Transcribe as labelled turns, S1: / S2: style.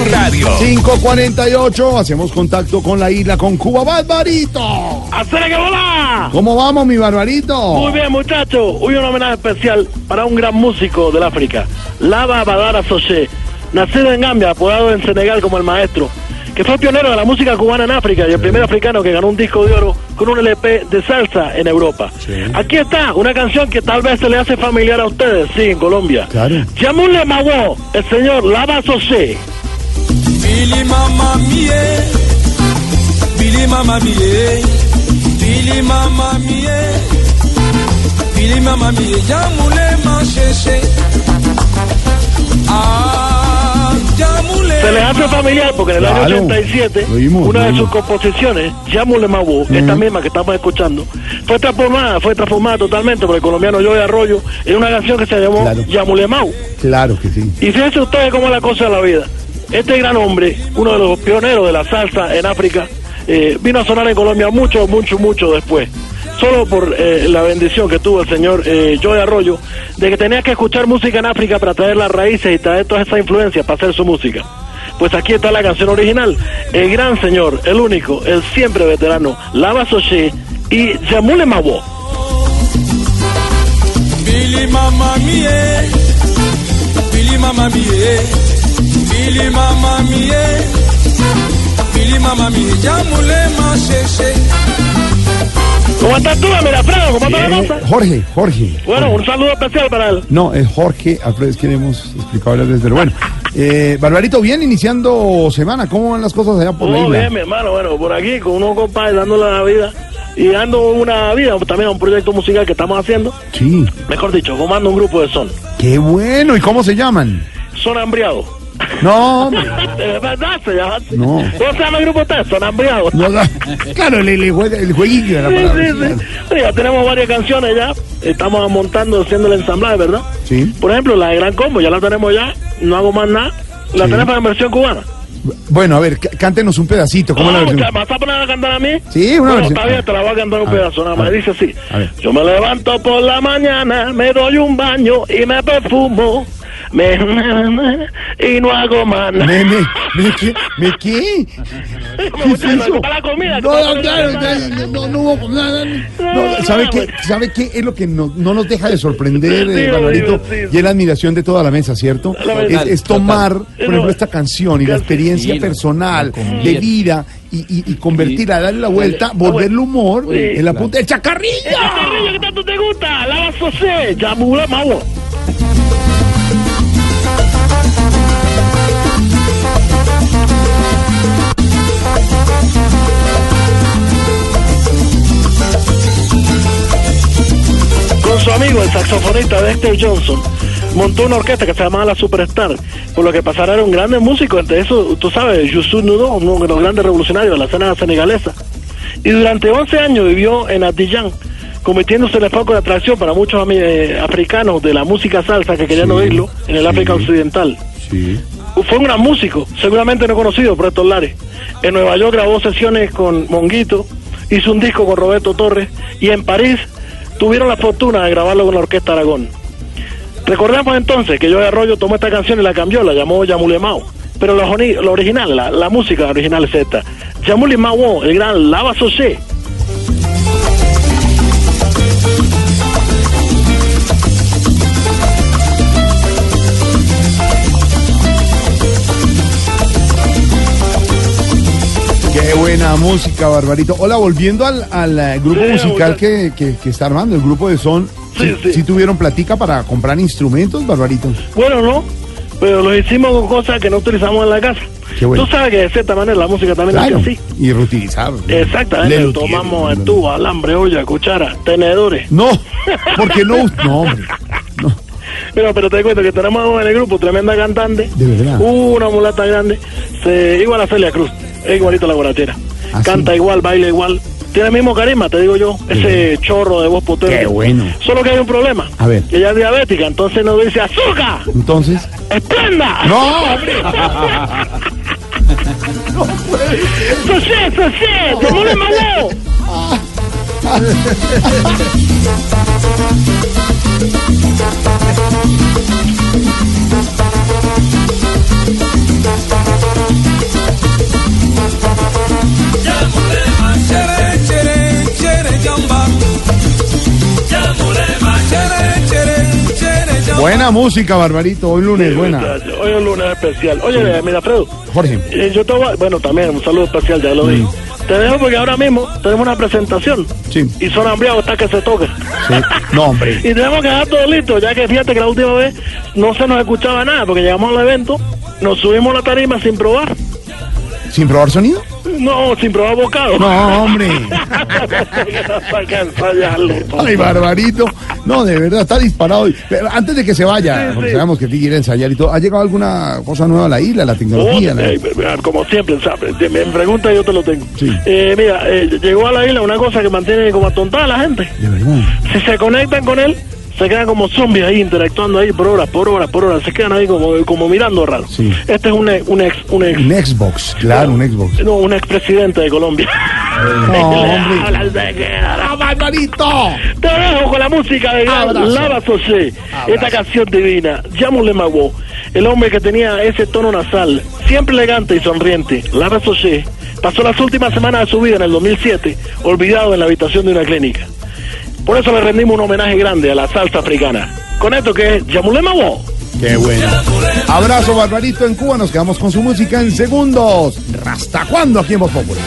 S1: Radio.
S2: 548, hacemos contacto con la isla, con Cuba. ¡Barbarito!
S3: ¡Hacer que volá!
S2: ¿Cómo vamos, mi
S3: Muy
S2: barbarito?
S3: bien, muchachos. Hoy un homenaje especial para un gran músico del África, Lava Badara Soche, nacido en Gambia, apodado en Senegal como el maestro, que fue pionero de la música cubana en África y el primer africano que ganó un disco de oro con un LP de salsa en Europa. Aquí está una canción que tal vez se le hace familiar a ustedes, sí, en Colombia.
S2: Claro.
S3: Llámale Mago, el señor Lava Soche.
S4: Billy Mama Mie, Billy Mama Mie, Billy Mama Mie, Billy Mama Mie, Yamule Machese. Ah, Yamule.
S3: Se les hace familiar porque en el año
S2: Claro.
S3: 87
S2: Lo oímos,
S3: una
S2: lo
S3: de
S2: oímos.
S3: sus composiciones, Yamule Mabu, esta misma que estamos escuchando, fue transformada, fue transformada totalmente por el colombiano Joey Arroyo en una canción que se llamó
S2: Claro.
S3: Yamule Mau.
S2: Claro que sí.
S3: Y fíjense ustedes cómo es la cosa de la vida. Este gran hombre, uno de los pioneros de la salsa en África, eh, vino a sonar en Colombia mucho, mucho, mucho después. Solo por eh, la bendición que tuvo el señor eh, Joey Arroyo, de que tenía que escuchar música en África para traer las raíces y traer todas esas influencias para hacer su música. Pues aquí está la canción original, el gran señor, el único, el siempre veterano, Lava Soche y Yamule Mabo.
S4: Billy Mama Mie, Billy Mama Mie, Billy Mama Mie, Billy Mama Mie, Yamule Machese.
S3: ¿Cómo estás tú, Mirafredo? ¿Cómo está la
S2: Eh,
S3: cosa?
S2: Jorge, Jorge.
S3: Bueno, un saludo especial para él.
S2: No, es Jorge Alfredo, es quien hemos explicado varias veces, pero bueno. Eh, Barbarito, bien iniciando semana, ¿cómo van las cosas allá por la
S3: Todo
S2: isla?
S3: bien, mi Oh, hermano. Bueno, por aquí con unos compadres dándole la vida y dando una vida también a un proyecto musical que estamos haciendo.
S2: Sí,
S3: Mejor dicho, comando un grupo de son.
S2: qué bueno, ¿y cómo se llaman?
S3: Son hambriados.
S2: No, hombre,
S3: De verdad, se llama así.
S2: No.
S3: ¿Cómo se llama el grupo usted? Son hambriados.
S2: no, no. claro, el, el jue- el jueguillo de la
S3: Sí,
S2: palabra.
S3: sí, sí. Oye, ya tenemos varias canciones ya. Estamos montando, haciendo el ensamblaje, ¿verdad?
S2: Sí.
S3: Por ejemplo, la de Gran Combo, ya la tenemos ya. No hago más nada. La
S2: Sí.
S3: tenemos en versión cubana.
S2: Bueno, a ver, c- cántenos un pedacito, ¿cómo la
S3: No,
S2: versión?
S3: muchacha, Ah, ¿Me vas a poner a cantar a mí?
S2: Sí, una
S3: bueno,
S2: versión.
S3: está bien, te la voy a cantar un
S2: A ver,
S3: pedazo nada
S2: a
S3: más.
S2: ver.
S3: Dice así.
S2: A ver.
S3: Yo me levanto por la mañana, me doy un baño y me perfumo. Me... Y no hago más nada.
S2: Me, me, me, ¿qué? ¿Me qué? ¿Qué es
S3: muchacho,
S2: eso?
S3: está la comida,
S2: No,
S3: está la
S2: no,
S3: comida.
S2: claro, no, no, no hubo nada.
S3: No,
S2: No, ¿sabe,
S3: nada,
S2: qué,
S3: pues.
S2: ¿Sabe qué es lo que no, no nos deja de sorprender,
S3: Sí,
S2: eh,
S3: lo
S2: Barbarito?
S3: digo, sí, sí.
S2: Y es la admiración de toda la mesa, ¿cierto?
S3: La
S2: Es,
S3: verdad,
S2: es tomar, por
S3: Eh, no,
S2: ejemplo, esta canción y la
S3: casi.
S2: experiencia personal de vida y, y, y convertirla, darle la vuelta, volverle
S3: Ah,
S2: humor en la punta del chacarrillo.
S3: Este río que tanto te gusta, lava sosé, yamula mago. Con su amigo, el saxofonista Dexter Johnson, montó una orquesta que se llamaba La Superstar, por lo que pasaron grandes músicos, entre eso, tú sabes, Youssou Nudo, uno de los grandes revolucionarios de la escena senegalesa. Y durante 11 años vivió en Abidjan, convirtiéndose en el foco de atracción para muchos ami- eh, africanos de la música salsa que querían oírlo en el África Occidental.
S2: Sí.
S3: Fue un gran músico, seguramente no conocido por estos lares. En Nueva York grabó sesiones con Monguito, hizo un disco con Roberto Torres y en París tuvieron la fortuna de grabarlo con la Orquesta Aragón. Recordemos entonces que Joey Arroyo tomó esta canción y la cambió, la llamó Yamulemao. Pero la, joni- la original, la, la música original es esta. Yamulemao, el gran Lava Soché.
S2: Qué buena música, Barbarito. Hola, volviendo al, al, eh, grupo
S3: Sí,
S2: musical
S3: muchas-
S2: que, que- que está armando, el grupo de son.
S3: Sí, sí.
S2: tuvieron platica para comprar instrumentos, Barbarito?
S3: Bueno, no, pero lo hicimos con cosas que no utilizamos en la casa.
S2: Qué bueno.
S3: Tú sabes que de cierta manera la música también
S2: Claro.
S3: es así.
S2: Y reutilizar. ¿no? Le
S3: Exactamente,
S2: lo tiene,
S3: tomamos
S2: no,
S3: estuvo, alambre, olla, cuchara, tenedores.
S2: No, porque no. No, hombre.
S3: Mira, pero te cuento que tenemos en el grupo tremenda cantante.
S2: De verdad.
S3: Una mulata grande. Se, igual a Celia Cruz. Es igualito a la guarachera.
S2: ¿Ah, sí?
S3: Canta igual, baila igual. Tiene el mismo carisma, te digo yo. Ese chorro de voz potente.
S2: Qué bueno.
S3: Solo que hay un problema.
S2: A ver.
S3: Que ella es diabética, entonces nos dice azúcar.
S2: Entonces.
S3: ¡Esplenda!
S2: ¡No, hombre!
S3: ¡Sosé, sosé! ¡Tomole maleo!
S4: Chere, chere, chere, yamba. Chere, chere, chere, yamba.
S2: Buena música, Barbarito. Hoy lunes, buena.
S3: Muchachos, Hoy es un lunes especial. Oye, mira, Fredo.
S2: Jorge.
S3: eh, yo te voy a- Bueno, también un saludo especial, ya lo dije. Te dejo porque ahora mismo tenemos una presentación.
S2: Mm. Sí.
S3: Y son hambriados hasta que se toque.
S2: Sí. No, hombre.
S3: Y tenemos que dejar todo listo, ya que fíjate que la última vez no se nos escuchaba nada, porque llegamos al evento, nos subimos a la tarima sin probar.
S2: ¿Sin probar sonido?
S3: No, sin probar bocado.
S2: No, hombre.
S3: Hasta que ensayarlo.
S2: Ay, Barbarito. No, de verdad, está disparado. hoy. Pero antes de que se vaya,
S3: Sí,
S2: porque
S3: sí.
S2: sabemos que ti quiere ensayar y todo. ¿Ha llegado alguna cosa nueva a la isla, la tecnología? la-
S3: Eh, eh, como siempre, ¿sabes? Te- Me pregunta y yo te lo tengo.
S2: Sí.
S3: Eh, mira, eh, llegó a la isla una cosa que mantiene como atontada a la gente.
S2: De verdad.
S3: Si se conectan con él, se quedan como zombies ahí interactuando ahí por horas, por horas, por horas. Se quedan ahí como, como mirando raro.
S2: Sí.
S3: Este es un, ex- un ex, un ex,
S2: Un Xbox, claro, un Xbox.
S3: no, un expresidente de Colombia.
S2: No, hombre.
S3: Habla, se queda.
S2: ¡Ah, Barbarito!
S3: Te dejo con la música de gran
S2: Abrazo.
S3: Lava Sosé.
S2: Abrazo.
S3: Esta canción divina. Llámole Mago. El hombre que tenía ese tono nasal, siempre elegante y sonriente. Lava Sosé pasó las últimas semanas de su vida en el 2007, olvidado en la habitación de una clínica. Por eso le rendimos un homenaje grande a la salsa africana. Con esto que es Llámole Mago.
S2: Qué bueno. Abrazo, Barbarito en Cuba. Nos quedamos con su música en segundos. ¿Hasta cuándo aquí en Voz Populi?